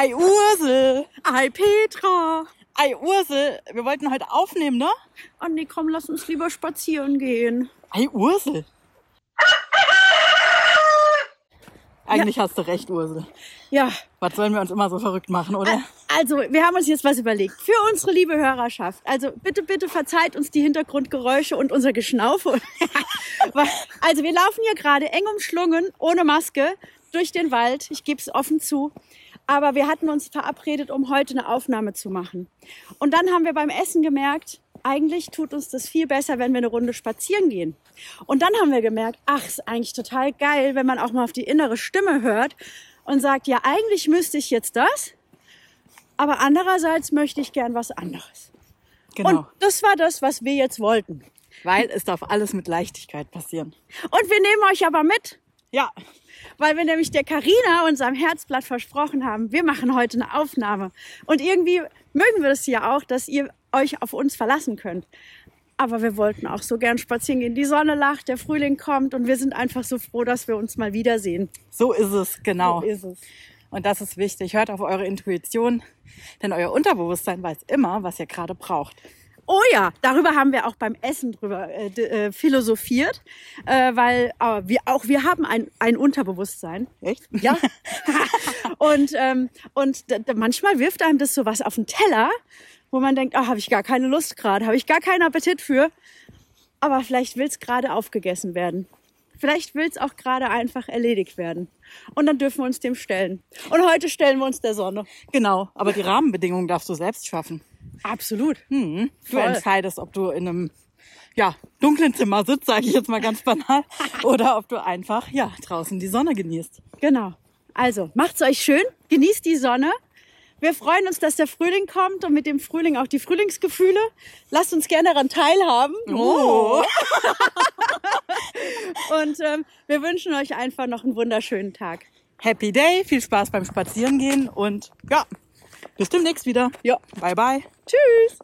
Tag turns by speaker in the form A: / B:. A: Ei Ursel,
B: Hi Petra.
A: ei Ursel, wir wollten heute aufnehmen, ne?
B: Oh nee, komm, lass uns lieber spazieren gehen.
A: Ei Ursel. Eigentlich hast du recht, Ursel.
B: Ja,
A: Was sollen wir uns immer so verrückt machen, oder?
B: also wir haben uns jetzt was überlegt. Für unsere liebe Hörerschaft. Also bitte, bitte verzeiht uns die Hintergrundgeräusche und unser Geschnaufe. Weil- also wir laufen hier gerade eng umschlungen, ohne Maske, durch den Wald. Ich gebe es offen zu. Aber wir hatten uns verabredet, um heute eine Aufnahme zu machen. Und dann haben wir beim Essen gemerkt, eigentlich tut uns das viel besser, wenn wir eine Runde spazieren gehen. Und dann haben wir gemerkt, ach, ist eigentlich total geil, wenn man auch mal auf die innere Stimme hört und sagt, ja, eigentlich müsste ich jetzt das, aber andererseits möchte ich gern was anderes.
A: Genau.
B: Und das war das, was wir jetzt wollten.
A: Weil es darf alles mit Leichtigkeit passieren.
B: Und wir nehmen euch aber mit,
A: Ja,
B: weil wir nämlich der Karina unserem Herzblatt versprochen haben, wir machen heute eine Aufnahme. Und irgendwie mögen wir das ja auch, dass ihr euch auf uns verlassen könnt. Aber wir wollten auch so gern spazieren gehen. Die Sonne lacht, der Frühling kommt und wir sind einfach so froh, dass wir uns mal wiedersehen.
A: so ist es, genau.
B: So ist es.
A: Und das ist wichtig. Hört auf eure Intuition, denn euer Unterbewusstsein weiß immer, was ihr gerade braucht.
B: Oh ja, darüber haben wir auch beim Essen drüber äh, d- äh, philosophiert, äh, weil äh, wir auch wir haben ein, ein Unterbewusstsein.
A: Echt?
B: Ja. und ähm, und d- d- manchmal wirft einem das sowas auf den Teller, wo man denkt, ah, habe ich gar keine Lust gerade, habe ich gar keinen Appetit für. Aber vielleicht will es gerade aufgegessen werden. Vielleicht will es auch gerade einfach erledigt werden. Und dann dürfen wir uns dem stellen. Und heute stellen wir uns der Sonne.
A: Genau. Aber die Rahmenbedingungen darfst du selbst schaffen.
B: Absolut.
A: Du
B: Voll.
A: entscheidest, ob du in einem ja, dunklen Zimmer sitzt, sage ich jetzt mal ganz banal, oder ob du einfach ja, draußen die Sonne genießt.
B: Genau. Also, macht's euch schön, genießt die Sonne. Wir freuen uns, dass der Frühling kommt und mit dem Frühling auch die Frühlingsgefühle. Lasst uns gerne daran teilhaben.
A: Oh.
B: Und ähm, wir wünschen euch einfach noch einen wunderschönen Tag.
A: Happy Day, viel Spaß beim Spazierengehen und ja, bis demnächst wieder. Ja, bye bye.
B: Tschüss.